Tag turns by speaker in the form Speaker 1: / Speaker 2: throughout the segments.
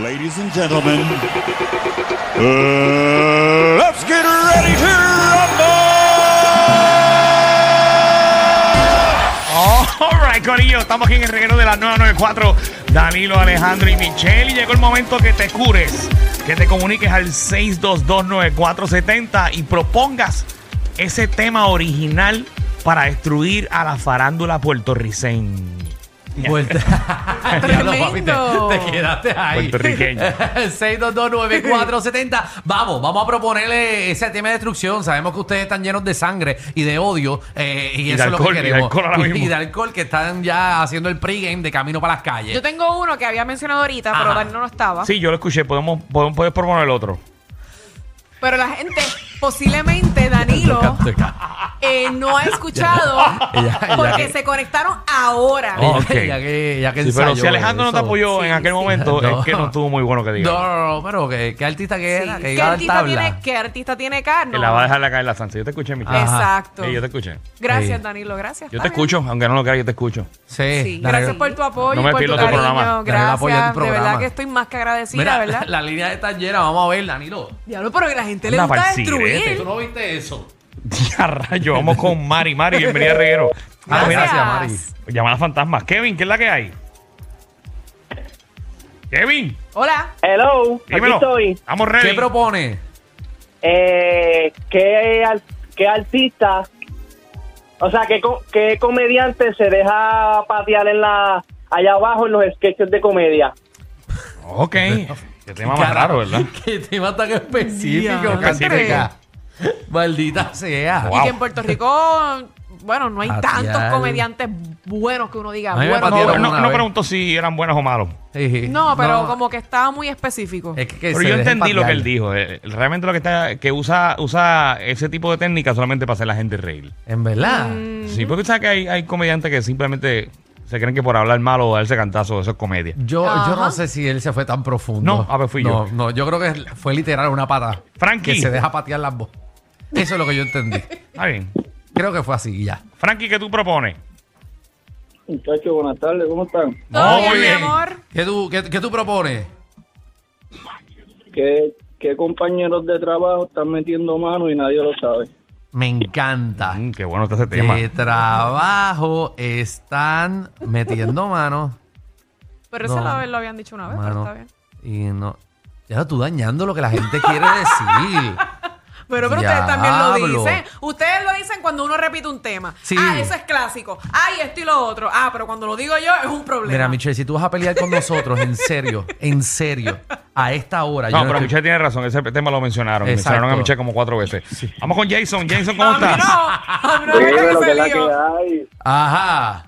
Speaker 1: Ladies and gentlemen, uh, let's get ready to rumble!
Speaker 2: Alright, Corillo, estamos aquí en el reguero de la 994. Danilo, Alejandro y Michelle. Y llegó el momento que te cures, que te comuniques al 6229470 y propongas ese tema original para destruir a la farándula puertorriceña.
Speaker 3: Vuelta. Diablo, papi, te,
Speaker 4: Tremendo.
Speaker 3: te quedaste ahí.
Speaker 2: Puertorriqueño.
Speaker 3: 6229470. Vamos, vamos a proponerle ese tema de destrucción. Sabemos que ustedes están llenos de sangre y de odio. eh, y,
Speaker 2: de
Speaker 3: eso
Speaker 2: alcohol,
Speaker 3: es
Speaker 2: y de
Speaker 3: lo que queremos.
Speaker 2: alcohol ahora mismo.
Speaker 3: de alcohol, que están ya haciendo el pregame de camino para las calles.
Speaker 4: Yo tengo uno que había mencionado ahorita,
Speaker 3: Ajá.
Speaker 4: pero Dani no lo estaba.
Speaker 2: Sí, yo lo escuché. Podemos, podemos, puedes proponer el otro.
Speaker 4: Pero la gente, posiblemente Danilo, eh, no ha escuchado
Speaker 3: Ella- ella-
Speaker 4: porque se conectaron ahora.
Speaker 2: Oh,
Speaker 3: Ya que-
Speaker 2: ok.
Speaker 3: ya que- ya que
Speaker 2: Sí, pero
Speaker 3: ensayó
Speaker 2: si Alejandro no te
Speaker 3: eso.
Speaker 2: apoyó en
Speaker 4: Sí,
Speaker 2: aquel
Speaker 4: sí.
Speaker 2: momento,
Speaker 3: No.
Speaker 2: es que no estuvo muy bueno que diga.
Speaker 3: No, no, no, pero ¿qué, qué artista que
Speaker 4: Sí.
Speaker 3: era? Que
Speaker 4: ¿Qué,
Speaker 3: iba a dar
Speaker 4: artista
Speaker 3: tabla.
Speaker 4: tiene, ¿Qué artista tiene carne?
Speaker 2: Que la va a dejar la caer la sanción. Yo te escuché, mi
Speaker 3: Ajá.
Speaker 4: Exacto.
Speaker 2: yo te escuché.
Speaker 4: Gracias,
Speaker 3: Sí.
Speaker 4: Danilo, gracias.
Speaker 2: Yo te
Speaker 4: Está bien.
Speaker 2: escucho, aunque no lo creas, yo te escucho.
Speaker 3: Sí,
Speaker 4: Sí,
Speaker 3: la-
Speaker 4: gracias por tu apoyo,
Speaker 2: No me
Speaker 4: y por tu
Speaker 2: pierdo tu
Speaker 4: cariño.
Speaker 2: programa.
Speaker 3: Dale el apoyo a tu
Speaker 4: Gracias, de
Speaker 3: programa.
Speaker 4: verdad que estoy más que agradecida,
Speaker 3: Mira,
Speaker 4: ¿verdad?
Speaker 3: la línea de esta llena, vamos a ver, Danilo.
Speaker 4: Diablo, pero que la gente le
Speaker 2: Anda
Speaker 4: gusta
Speaker 2: pa'l sirete,
Speaker 3: ¿Tú
Speaker 4: destruir.
Speaker 3: no viste eso?
Speaker 2: Ya rayo, vamos con Mari. Mari, bienvenida a Reguero. Ah, mira,
Speaker 3: Gracias, Mari.
Speaker 2: llama a las fantasmas. Kevin, ¿qué es la que hay? Kevin,
Speaker 4: Hola.
Speaker 5: Hello,
Speaker 2: dímelo.
Speaker 5: aquí estoy.
Speaker 2: Vamos
Speaker 3: ¿Qué
Speaker 2: ready.
Speaker 3: propone?
Speaker 5: Eh, ¿qué, ar- qué artista, o sea, qué, co- qué comediante se deja patear en la allá abajo en los sketches de comedia?
Speaker 2: ok. Qué tema más
Speaker 3: Carajo,
Speaker 2: raro, ¿verdad?
Speaker 3: Qué tema tan específico,
Speaker 4: Diablo.
Speaker 3: Catrica. Maldita sea.
Speaker 2: Wow.
Speaker 4: Y que en Puerto Rico, bueno, no hay
Speaker 3: Patear.
Speaker 4: tantos comediantes buenos que uno diga,
Speaker 3: A mí me
Speaker 4: bueno,
Speaker 3: patearon
Speaker 2: No,
Speaker 4: no,
Speaker 3: una
Speaker 2: no, no
Speaker 3: vez.
Speaker 2: pregunto si eran buenos o malos.
Speaker 3: Sí, sí.
Speaker 4: no, pero como que estaba muy específico.
Speaker 3: Es que, que
Speaker 2: Pero
Speaker 3: se
Speaker 2: yo
Speaker 3: dejen
Speaker 2: entendí lo que
Speaker 3: patear.
Speaker 2: él dijo. eh, Realmente lo que está, que usa, usa ese tipo de técnica solamente para hacer la gente reír.
Speaker 3: En verdad.
Speaker 4: Mm.
Speaker 2: Sí, porque sabes que hay, hay comediantes que simplemente se creen que por hablar malo o darse cantazo, eso es comedia.
Speaker 3: Yo, yo no
Speaker 4: Ajá.
Speaker 3: sé si él se fue tan profundo.
Speaker 2: No, a ver, fui
Speaker 3: No,
Speaker 2: yo.
Speaker 3: No, yo creo que fue literal una pata.
Speaker 2: Frankie.
Speaker 3: Que se deja patear las voces. Eso es lo que yo entendí.
Speaker 2: Está bien.
Speaker 3: Creo que fue así y ya.
Speaker 2: Frankie, ¿qué tú propones?
Speaker 6: Muchachos, buenas tardes, ¿cómo están?
Speaker 4: Todo
Speaker 2: Muy
Speaker 4: bien, mi
Speaker 2: bien.
Speaker 4: amor.
Speaker 3: ¿Qué tú, qué, qué tú propones?
Speaker 6: ¿Qué, qué compañeros de trabajo están metiendo mano y nadie lo sabe?
Speaker 3: Me encanta.
Speaker 2: Mm, qué bueno está ese tema.
Speaker 3: De trabajo están metiendo manos.
Speaker 4: Pero eso
Speaker 3: No.
Speaker 4: lo, lo habían dicho una vez, pero
Speaker 3: Mano,
Speaker 4: está bien.
Speaker 3: Y no. Ya no, tú dañando lo que la gente quiere decir.
Speaker 4: Pero, pero ustedes también lo
Speaker 3: Diablo.
Speaker 4: dicen. Ustedes lo dicen cuando uno repite un tema.
Speaker 3: Sí.
Speaker 4: Ah, eso es clásico. Ay, esto y lo otro. Ah, pero cuando lo digo yo es un problema.
Speaker 3: Mira, Michelle, si tú vas a pelear con nosotros, en serio, en serio, a esta hora.
Speaker 2: No,
Speaker 3: yo
Speaker 2: pero
Speaker 3: estoy-
Speaker 2: Michelle tiene razón, ese tema lo mencionaron.
Speaker 3: Exacto.
Speaker 2: Mencionaron a Michelle como cuatro veces. Vamos con Jason. Jason, ¿cómo
Speaker 4: a mí
Speaker 2: estás?
Speaker 4: no. A mí no me
Speaker 6: Dímelo,
Speaker 4: hagas
Speaker 6: ¿qué
Speaker 4: ese
Speaker 6: es la que
Speaker 4: lío.
Speaker 6: hay?
Speaker 3: Ajá.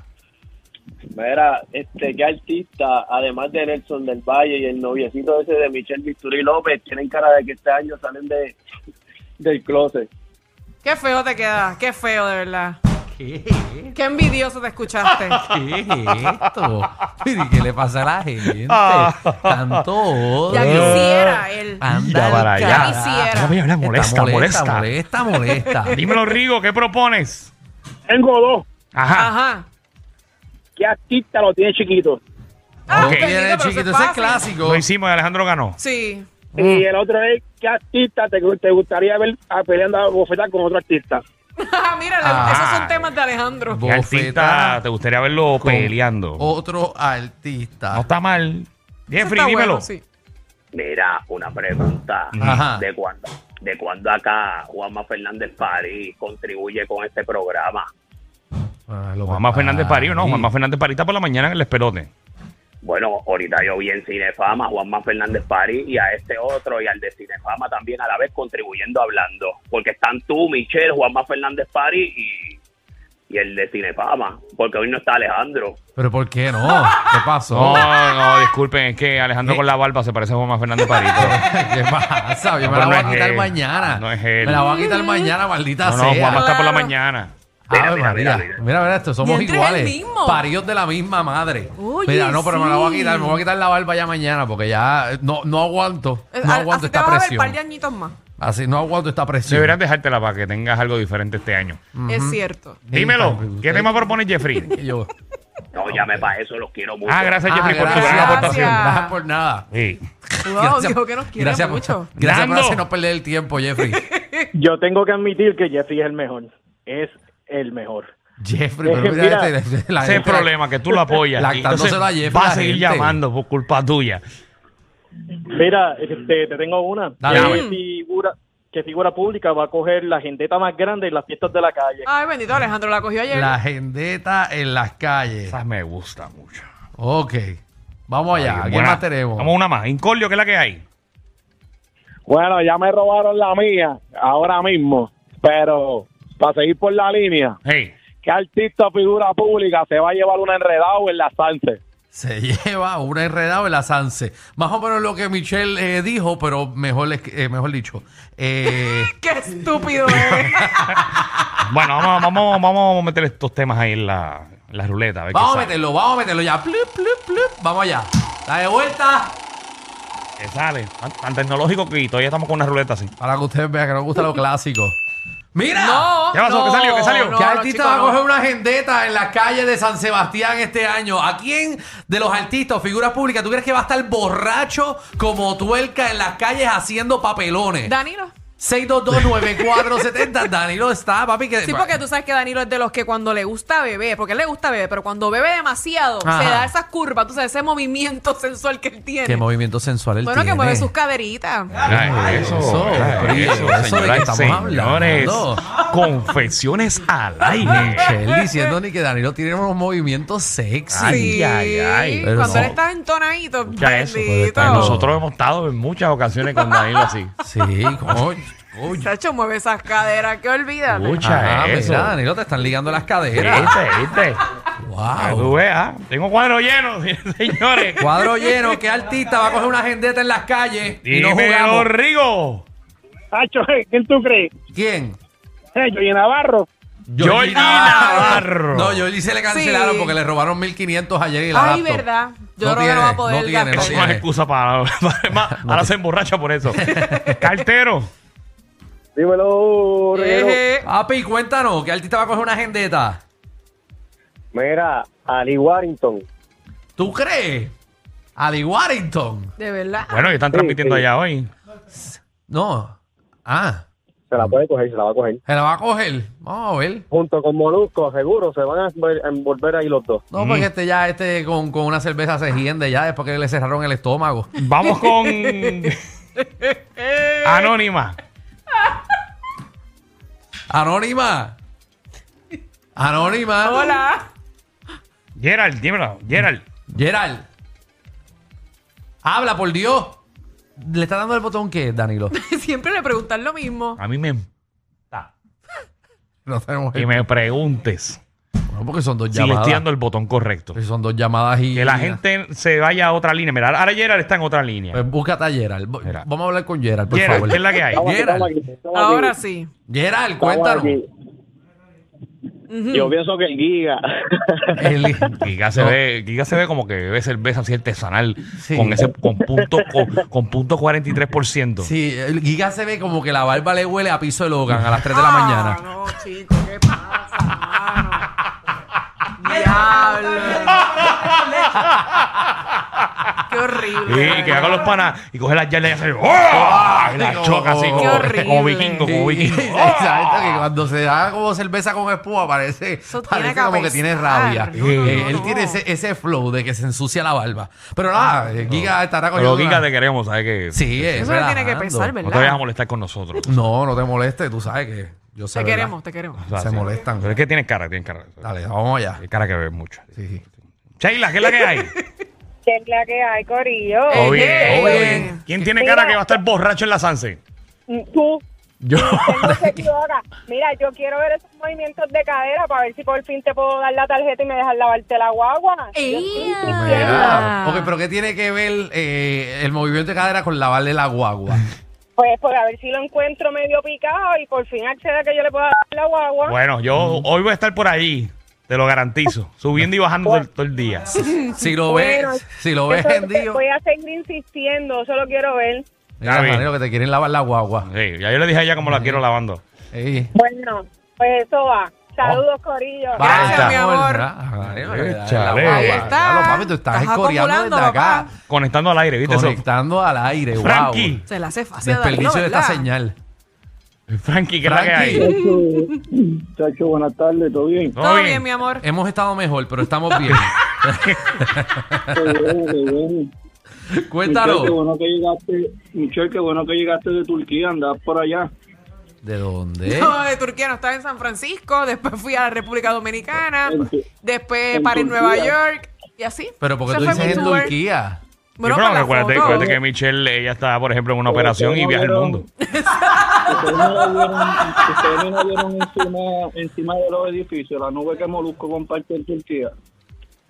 Speaker 6: Mira, este, ¿qué artista, además de Nelson del Valle y el noviecito ese de Michelle Victory López, tienen cara de que este año salen de del closet?
Speaker 4: Qué feo te quedas. Qué feo, de verdad. ¿Qué? Qué envidioso te escuchaste.
Speaker 3: ¿Qué es esto? Mire, ¿Qué le pasa a la gente?
Speaker 2: Ah.
Speaker 3: Tanto odio.
Speaker 4: ya quisiera él.
Speaker 3: Anda
Speaker 2: Ya para
Speaker 3: al
Speaker 2: allá.
Speaker 3: carajo.
Speaker 4: Ya quisiera.
Speaker 2: No voy a hablar, molesta,
Speaker 3: Está
Speaker 2: molesta.
Speaker 3: molesta, molesta.
Speaker 2: Dímelo, Rigo, ¿qué propones?
Speaker 5: Tengo dos.
Speaker 2: Ajá.
Speaker 4: Ajá.
Speaker 5: ¿Qué artista lo tiene chiquito?
Speaker 4: Ah,
Speaker 3: Ok.
Speaker 4: bendito,
Speaker 3: Viene
Speaker 4: pero eso
Speaker 3: chiquito,
Speaker 4: es
Speaker 3: ese es
Speaker 4: fácil.
Speaker 3: clásico.
Speaker 2: Lo hicimos y Alejandro ganó.
Speaker 4: Sí.
Speaker 7: Ah.
Speaker 5: Y el otro es, ¿qué artista te, te gustaría ver a peleando a bofetar con otro artista?
Speaker 4: Mira,
Speaker 3: Ah.
Speaker 4: esos son temas de Alejandro.
Speaker 3: Bo-
Speaker 2: ¿Qué artista te gustaría verlo
Speaker 3: Con
Speaker 2: peleando?
Speaker 3: Otro artista.
Speaker 2: No está mal.
Speaker 4: Eso
Speaker 2: Jeffrey,
Speaker 4: está
Speaker 2: dímelo.
Speaker 4: bueno, sí.
Speaker 8: Mira, una pregunta.
Speaker 3: Ajá.
Speaker 8: ¿De cuándo, ¿De cuándo acá Juanma Fernández París contribuye con este programa?
Speaker 3: Ah, lo
Speaker 2: Juanma
Speaker 3: más-
Speaker 2: Fernández París, no,
Speaker 3: Ay.
Speaker 2: Juanma Fernández París está por la mañana en el esperote.
Speaker 8: Bueno, ahorita yo vi en Cinefama a Juanma Fernández París y a este otro y al de Cinefama también a la vez contribuyendo hablando. Porque están tú, Michelle, Juanma Fernández París y, y el de Cinefama. Porque hoy no está Alejandro.
Speaker 3: Pero ¿por qué no? ¿Qué pasó?
Speaker 2: No, no, disculpen, es que Alejandro
Speaker 3: Eh.
Speaker 2: con la barba se parece a Juanma Fernández París. pero-
Speaker 3: ¿Qué pasa? Yo
Speaker 2: No,
Speaker 3: me la
Speaker 2: pero
Speaker 3: voy
Speaker 2: no
Speaker 3: a
Speaker 2: es
Speaker 3: quitar
Speaker 2: él.
Speaker 3: mañana.
Speaker 2: No es él.
Speaker 3: Me la voy a quitar mañana, maldita
Speaker 2: No,
Speaker 3: sea.
Speaker 2: no, Juanma está por la
Speaker 4: Claro.
Speaker 2: mañana.
Speaker 3: Ave
Speaker 8: Mira, mira,
Speaker 3: María.
Speaker 8: mira, mira.
Speaker 3: Mira, mira esto, somos
Speaker 4: Diantre, es
Speaker 3: iguales.
Speaker 4: el mismo.
Speaker 3: Paridos de la misma madre.
Speaker 4: Oye,
Speaker 3: mira, no, pero me la voy a
Speaker 4: sí.
Speaker 3: quitar, me voy a quitar la barba ya mañana porque ya eh, no, no aguanto.
Speaker 4: Eh,
Speaker 3: No
Speaker 4: a-
Speaker 3: aguanto
Speaker 4: así te
Speaker 3: esta
Speaker 4: vas a ver un par de
Speaker 3: presión.
Speaker 4: añitos más.
Speaker 3: Así, no aguanto esta presión.
Speaker 2: Deberías dejártela para que tengas algo diferente este año.
Speaker 4: Es cierto.
Speaker 3: Sí,
Speaker 2: Dímelo,
Speaker 3: papi,
Speaker 2: ¿qué
Speaker 3: usted-
Speaker 2: tema propone Jeffrey?
Speaker 3: Y yo,
Speaker 8: No, llame para eso, los quiero mucho.
Speaker 2: Ah, gracias
Speaker 3: ah,
Speaker 2: Jeffrey por tu
Speaker 3: gracias,
Speaker 2: gran aportación.
Speaker 3: gracias por nada.
Speaker 2: Sí.
Speaker 4: Wow, dijo que nos quiere
Speaker 3: gracias por-
Speaker 4: mucho.
Speaker 3: Gracias por
Speaker 2: Nando.
Speaker 3: hacernos perder el tiempo, Jeffrey.
Speaker 7: Yo tengo que admitir que Jeffrey es el mejor. Es el mejor.
Speaker 3: Jeffrey,
Speaker 7: Es que
Speaker 3: pero mira,
Speaker 7: mira,
Speaker 3: este- la
Speaker 2: Ese es el
Speaker 3: gente-
Speaker 2: problema, que tú lo apoyas. Y
Speaker 3: Lactándoselo
Speaker 2: entonces
Speaker 3: a Jeff,
Speaker 2: Va a
Speaker 3: la
Speaker 2: seguir
Speaker 3: gente.
Speaker 2: llamando por culpa tuya.
Speaker 7: Mira, este, te tengo una.
Speaker 3: Dale,
Speaker 7: ¿Qué
Speaker 3: dale.
Speaker 7: figura, qué figura pública va a coger la gendeta más grande en las fiestas de la calle?
Speaker 4: Ay, bendito Alejandro, la cogió ayer.
Speaker 3: La agendeta en las calles.
Speaker 2: Esa me gusta mucho.
Speaker 3: Ok. Vamos allá. ¿A quién
Speaker 2: Buena.
Speaker 3: más tenemos?
Speaker 2: Vamos una más. Incordio, que es la que hay?
Speaker 9: Bueno, ya me robaron la mía ahora mismo, pero para seguir por la línea,
Speaker 2: Hey.
Speaker 9: ¿qué artista o figura pública se va a llevar un enredado en la Sánchez?
Speaker 3: Se lleva un enredado en la Sanse. Más o menos lo que Michelle eh, dijo, pero mejor, es- eh, mejor dicho. Eh,
Speaker 4: Qué estúpido eres.
Speaker 2: Bueno, vamos, vamos, vamos a meter estos temas ahí en la, en la ruleta. a ver qué
Speaker 3: vamos a
Speaker 2: sale.
Speaker 3: meterlo, vamos a meterlo ya. Plup, plup, plup. Vamos allá. La de vuelta.
Speaker 2: Que sale. Tan, tan tecnológico que todavía estamos con una ruleta así.
Speaker 3: Para que ustedes vean que nos gusta lo clásico. ¡Mira!
Speaker 4: No.
Speaker 2: ¿Qué pasó?
Speaker 4: no,
Speaker 2: ¿Qué salió? ¿Qué salió?
Speaker 4: no,
Speaker 3: ¿Qué
Speaker 4: no,
Speaker 3: artista
Speaker 4: chico,
Speaker 3: va a
Speaker 4: no.
Speaker 3: coger una agendeta en las calles de San Sebastián este año? ¿A quién de los artistas o figuras públicas tú crees que va a estar borracho como tuerca en las calles haciendo papelones?
Speaker 4: Danilo.
Speaker 3: 6229470 Danilo está, papi. Que,
Speaker 4: Sí, porque tú sabes que Danilo es de los que cuando le gusta beber, porque a él le gusta beber, pero cuando bebe demasiado,
Speaker 3: Ajá.
Speaker 4: se da esas curvas, tú sabes, ese movimiento sensual que él tiene.
Speaker 3: Qué movimiento sensual él
Speaker 4: bueno, que
Speaker 3: tiene.
Speaker 4: mueve sus caderitas.
Speaker 2: Mira eso, mira
Speaker 3: pero ¿y eso de qué
Speaker 2: señoras y
Speaker 3: estamos
Speaker 2: señores,
Speaker 3: hablando?
Speaker 2: confesiones al aire.
Speaker 3: Michelle diciendo ni que Danilo tiene unos movimientos
Speaker 2: Ay,
Speaker 3: sexy.
Speaker 2: ay, ay.
Speaker 4: Sí,
Speaker 3: Pero
Speaker 4: Cuando
Speaker 3: no.
Speaker 4: él está entonadito,
Speaker 2: Escucha eso, pero
Speaker 4: bendito.
Speaker 2: está- Nosotros hemos estado en muchas ocasiones con Danilo así.
Speaker 3: Sí, coño. coño.
Speaker 4: Chacho, mueve esas caderas, que olvídate.
Speaker 2: Escucha
Speaker 3: Ajá,
Speaker 2: eso.
Speaker 3: mira, Danilo, te están ligando las caderas.
Speaker 2: ¿Viste? ¿Viste?
Speaker 3: Ah,
Speaker 2: Para que tú
Speaker 3: Wow.
Speaker 2: veas. Tengo cuadro lleno, señores.
Speaker 3: Cuadro lleno, ¿qué artista va a coger una agendeta en las calles y no
Speaker 2: Dímelo,
Speaker 3: jugamos?
Speaker 2: Rigo.
Speaker 7: Hacho, eh, ¿quién tú crees?
Speaker 3: ¿Quién?
Speaker 7: Yo y Navarro.
Speaker 2: Jordi Navarro.
Speaker 3: No, Jordi se le cancelaron
Speaker 4: Sí.
Speaker 3: porque le robaron 1500 ayer y la
Speaker 4: Ay,
Speaker 3: laptop.
Speaker 4: verdad. Yo
Speaker 3: No
Speaker 4: creo que no va a
Speaker 3: tiene,
Speaker 4: poder
Speaker 3: no tiene,
Speaker 4: gastar.
Speaker 2: Eso no es excusa para. para- más, ahora se emborracha por eso. Cartero.
Speaker 9: Dímelo,
Speaker 3: Eh,
Speaker 4: Eje.
Speaker 3: Papi, cuéntanos, ¿qué artista va a coger una agendeta?
Speaker 9: Mira, Ali Warrington.
Speaker 3: ¿Tú crees? Ali Warrington.
Speaker 4: De verdad.
Speaker 2: Bueno, que están transmitiendo
Speaker 9: sí.
Speaker 2: allá hoy.
Speaker 3: No. Ah,
Speaker 9: Se la puede coger, se la va a coger.
Speaker 3: se la va a coger. Vamos a ver.
Speaker 9: Junto con Molusco, seguro, se van a envol- envolver ahí los dos.
Speaker 3: No, porque este ya, este con, con una cerveza se hiende ya después que le cerraron el estómago.
Speaker 2: Vamos con. Anónima.
Speaker 3: Anónima. Anónima.
Speaker 4: Hola.
Speaker 2: Gerald, dímelo. Gerald.
Speaker 3: Gerald. Habla, por Dios. ¿Le está dando el botón qué, Danilo?
Speaker 4: Siempre le preguntan lo mismo.
Speaker 2: A mí me.
Speaker 3: No tenemos
Speaker 2: Que
Speaker 3: el...
Speaker 2: me preguntes
Speaker 3: Bueno, porque son dos
Speaker 2: si le
Speaker 3: llamadas.
Speaker 2: estoy dando el botón correcto.
Speaker 3: Porque son dos llamadas y...
Speaker 2: Que la gente se vaya a otra línea. Mira, ahora Gerald está en otra línea.
Speaker 3: Pues búscate a Gerald. Bo-
Speaker 2: Gerald.
Speaker 3: Vamos a hablar con Gerald, por
Speaker 2: Gerald,
Speaker 3: favor.
Speaker 2: ¿qué es la que hay?
Speaker 9: Estamos aquí,
Speaker 3: Gerald.
Speaker 9: estamos aquí, estamos
Speaker 3: Ah.
Speaker 9: aquí,
Speaker 4: Ahora sí.
Speaker 3: Gerald,
Speaker 9: estamos
Speaker 3: cuéntanos.
Speaker 9: aquí. Yo pienso que el Giga.
Speaker 3: El-
Speaker 2: Giga se,
Speaker 3: No.
Speaker 2: ve, Giga se ve como que bebe cerveza así artesanal
Speaker 3: Sí.
Speaker 2: con ese con punto con, con punto 43%.
Speaker 3: Sí, el Giga se ve como que la barba le huele a piso de Logan a las 3 de la
Speaker 4: Ah,
Speaker 3: mañana.
Speaker 4: No, chico, ¿qué pasa, mano? Diablo. Qué horrible.
Speaker 2: Y que haga los panas y coge las yardas y hace ¡Oh! Y las
Speaker 3: Qué
Speaker 2: choca así como, este,
Speaker 4: horrible.
Speaker 2: como vikingo, como
Speaker 3: Ah, Sí,
Speaker 2: vikingo. ¡Oh! ¡Ah!
Speaker 3: Exacto, que cuando se da como cerveza con espuma parece,
Speaker 4: Eso tiene
Speaker 3: parece como que
Speaker 4: apestar.
Speaker 3: tiene rabia.
Speaker 4: No, no,
Speaker 3: Eh,
Speaker 4: no,
Speaker 3: él
Speaker 4: no.
Speaker 3: tiene ese, ese flow de que se ensucia la barba. Pero
Speaker 4: Ah,
Speaker 3: nada, eh, Giga estará con
Speaker 2: Pero Giga te queremos, ¿sabes qué?
Speaker 3: Sí, eh,
Speaker 4: Eso le tiene que
Speaker 3: relajando.
Speaker 2: no
Speaker 4: pesar,
Speaker 2: te vayas a
Speaker 4: ¿verdad?
Speaker 2: molestar con nosotros.
Speaker 3: No, no te molestes, tú sabes que yo sé.
Speaker 4: Te
Speaker 3: ¿verdad?
Speaker 4: queremos, te queremos.
Speaker 2: O sea,
Speaker 3: Se molestan.
Speaker 2: Pero es que tienes cara, tienes cara.
Speaker 3: Dale, vamos allá.
Speaker 2: Tienes cara que bebes mucho.
Speaker 3: Sí, sí.
Speaker 2: Sheila, ¿qué es la que hay?
Speaker 10: ¿Qué es la que hay, Corillo? Este,
Speaker 4: Eh,
Speaker 2: Todo Oh, bien,
Speaker 4: eh,
Speaker 2: todo
Speaker 4: eh.
Speaker 2: bien. ¿Quién tiene cara que va a estar borracho en la Sanse?
Speaker 10: mm, Tú,
Speaker 2: Yo.
Speaker 10: él no se equivoca. Mira, yo quiero ver esos movimientos de cadera para ver si por fin te puedo dar la tarjeta y me dejas lavarte la guagua. Yo estoy
Speaker 4: Ea.
Speaker 3: Mira. Ok, pero ¿qué tiene que ver eh, el movimiento de cadera con lavarle la guagua?
Speaker 10: Pues, pues a ver si lo encuentro medio picado y por fin acceda que yo le pueda dar la guagua.
Speaker 2: Bueno, yo hoy voy a estar por allí, te lo garantizo, subiendo y bajando todo el- todo el día.
Speaker 3: Si lo
Speaker 10: Bueno,
Speaker 3: ves, si lo ves
Speaker 10: Eso-
Speaker 3: hendido.
Speaker 10: Voy a seguir insistiendo, solo quiero ver.
Speaker 3: Mira,
Speaker 2: Está bien.
Speaker 3: Danilo, que te quieren lavar la guagua.
Speaker 2: Sí, ya yo le dije a ella cómo la quiero lavando.
Speaker 3: Ey.
Speaker 10: Bueno, pues eso va. Saludos, Corillo.
Speaker 4: Gracias, mi amor.
Speaker 3: ah,
Speaker 2: Échale.
Speaker 3: Ahí
Speaker 2: Ahí
Speaker 4: está.
Speaker 3: papi, tú estás,
Speaker 4: Estás
Speaker 3: escoreando desde
Speaker 4: acumulando,
Speaker 3: acá.
Speaker 2: Conectando al aire, ¿viste? Eso?
Speaker 3: Conectando al aire, wow.
Speaker 2: Frankie.
Speaker 4: Se la hace fácil. a
Speaker 3: Desperdicio
Speaker 4: Danilo,
Speaker 3: de esta
Speaker 4: ¿verdad?
Speaker 3: señal.
Speaker 2: Frankie, ¿qué es la que
Speaker 3: Frankie.
Speaker 2: hay?
Speaker 9: Chacho, buenas tardes, ¿todo bien?
Speaker 4: Todo bien, mi amor.
Speaker 3: Hemos estado mejor, pero estamos bien.
Speaker 9: Qué bueno, qué bueno. Michelle, qué
Speaker 3: Cuéntalo.
Speaker 9: bueno que llegaste, Michelle, qué bueno que llegaste de Turquía, andás por allá.
Speaker 3: ¿De dónde?
Speaker 4: No, de Turquía no estaba en San Francisco, después fui a la República Dominicana,
Speaker 9: En tu-
Speaker 4: después
Speaker 9: en
Speaker 4: para en Nueva
Speaker 9: Turquía.
Speaker 4: York y así.
Speaker 3: Pero porque
Speaker 4: Se
Speaker 3: tú
Speaker 4: fue
Speaker 3: dices
Speaker 4: mi
Speaker 3: en
Speaker 4: tour.
Speaker 3: Turquía.
Speaker 4: Bueno,
Speaker 2: Sí,
Speaker 4: para
Speaker 2: pero
Speaker 4: la
Speaker 2: acuérdate,
Speaker 4: foto.
Speaker 2: acuérdate que Michelle, ella está, por ejemplo, en una operación y viaja el mundo.
Speaker 9: Ustedes no la vieron, ustedes no la vieron encima, encima de los edificios, la nube que Molusco comparte en Turquía.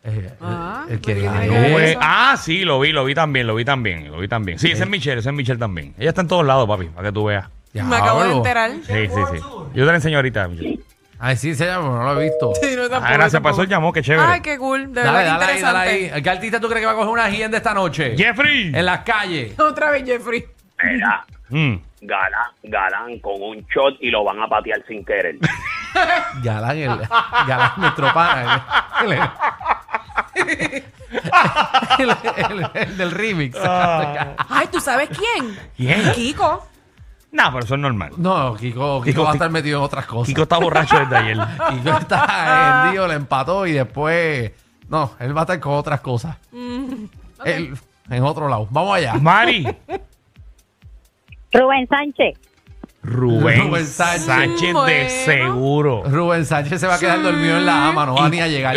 Speaker 3: Eh,
Speaker 4: Ah,
Speaker 3: el
Speaker 4: ¿por
Speaker 3: que
Speaker 4: qué tiene
Speaker 3: ganó.
Speaker 4: que ver
Speaker 2: Pues,
Speaker 4: eso?
Speaker 2: ah, sí, lo vi, lo vi también, lo vi también, lo vi también. Sí, ese es Michelle, ese es Michelle también. Ella está en todos lados, papi, para que tú veas.
Speaker 4: Me acabo de
Speaker 3: Diablo.
Speaker 4: enterar.
Speaker 2: Sí, sí, sí. Yo te la enseño ahorita, Michelle.
Speaker 3: Ay, sí, se llama, no lo he visto.
Speaker 4: Sí, no, tampoco,
Speaker 2: Ah, gracias,
Speaker 4: tampoco.
Speaker 2: pasó el llamó, qué chévere.
Speaker 4: Ay, qué cool, de verdad
Speaker 3: Dale,
Speaker 4: que
Speaker 3: dale ahí, dale
Speaker 4: interesante.
Speaker 3: ahí. ¿Qué artista tú crees que va a coger una agenda esta noche?
Speaker 2: Jeffrey.
Speaker 3: En las calles.
Speaker 4: Otra vez Jeffrey.
Speaker 8: Era
Speaker 2: Mm.
Speaker 8: galán, galán con un shot y lo van a patear sin querer.
Speaker 3: Galán, el, galán nuestro pana. El, el- el- el- el del remix.
Speaker 2: Ah.
Speaker 4: Ay, ¿tú sabes quién?
Speaker 2: ¿Quién?
Speaker 4: Kiko.
Speaker 2: Nah, pero eso es normal.
Speaker 3: No, Kiko, Kiko,
Speaker 2: Kiko,
Speaker 3: va a
Speaker 2: Ki-
Speaker 3: estar metido en otras cosas.
Speaker 2: Kiko
Speaker 3: Kiko,
Speaker 2: está borracho desde ayer.
Speaker 3: está hendido, le empató y después. No, él va a estar con otras cosas. Él- en otro lado. Vamos allá.
Speaker 2: Mari.
Speaker 10: Rubén Sánchez.
Speaker 2: Rubén,
Speaker 3: Rubén Sánchez.
Speaker 2: Sánchez, de
Speaker 4: Bueno.
Speaker 2: seguro.
Speaker 3: Rubén Sánchez se va a quedar dormido en la ama, no va ni a llegar.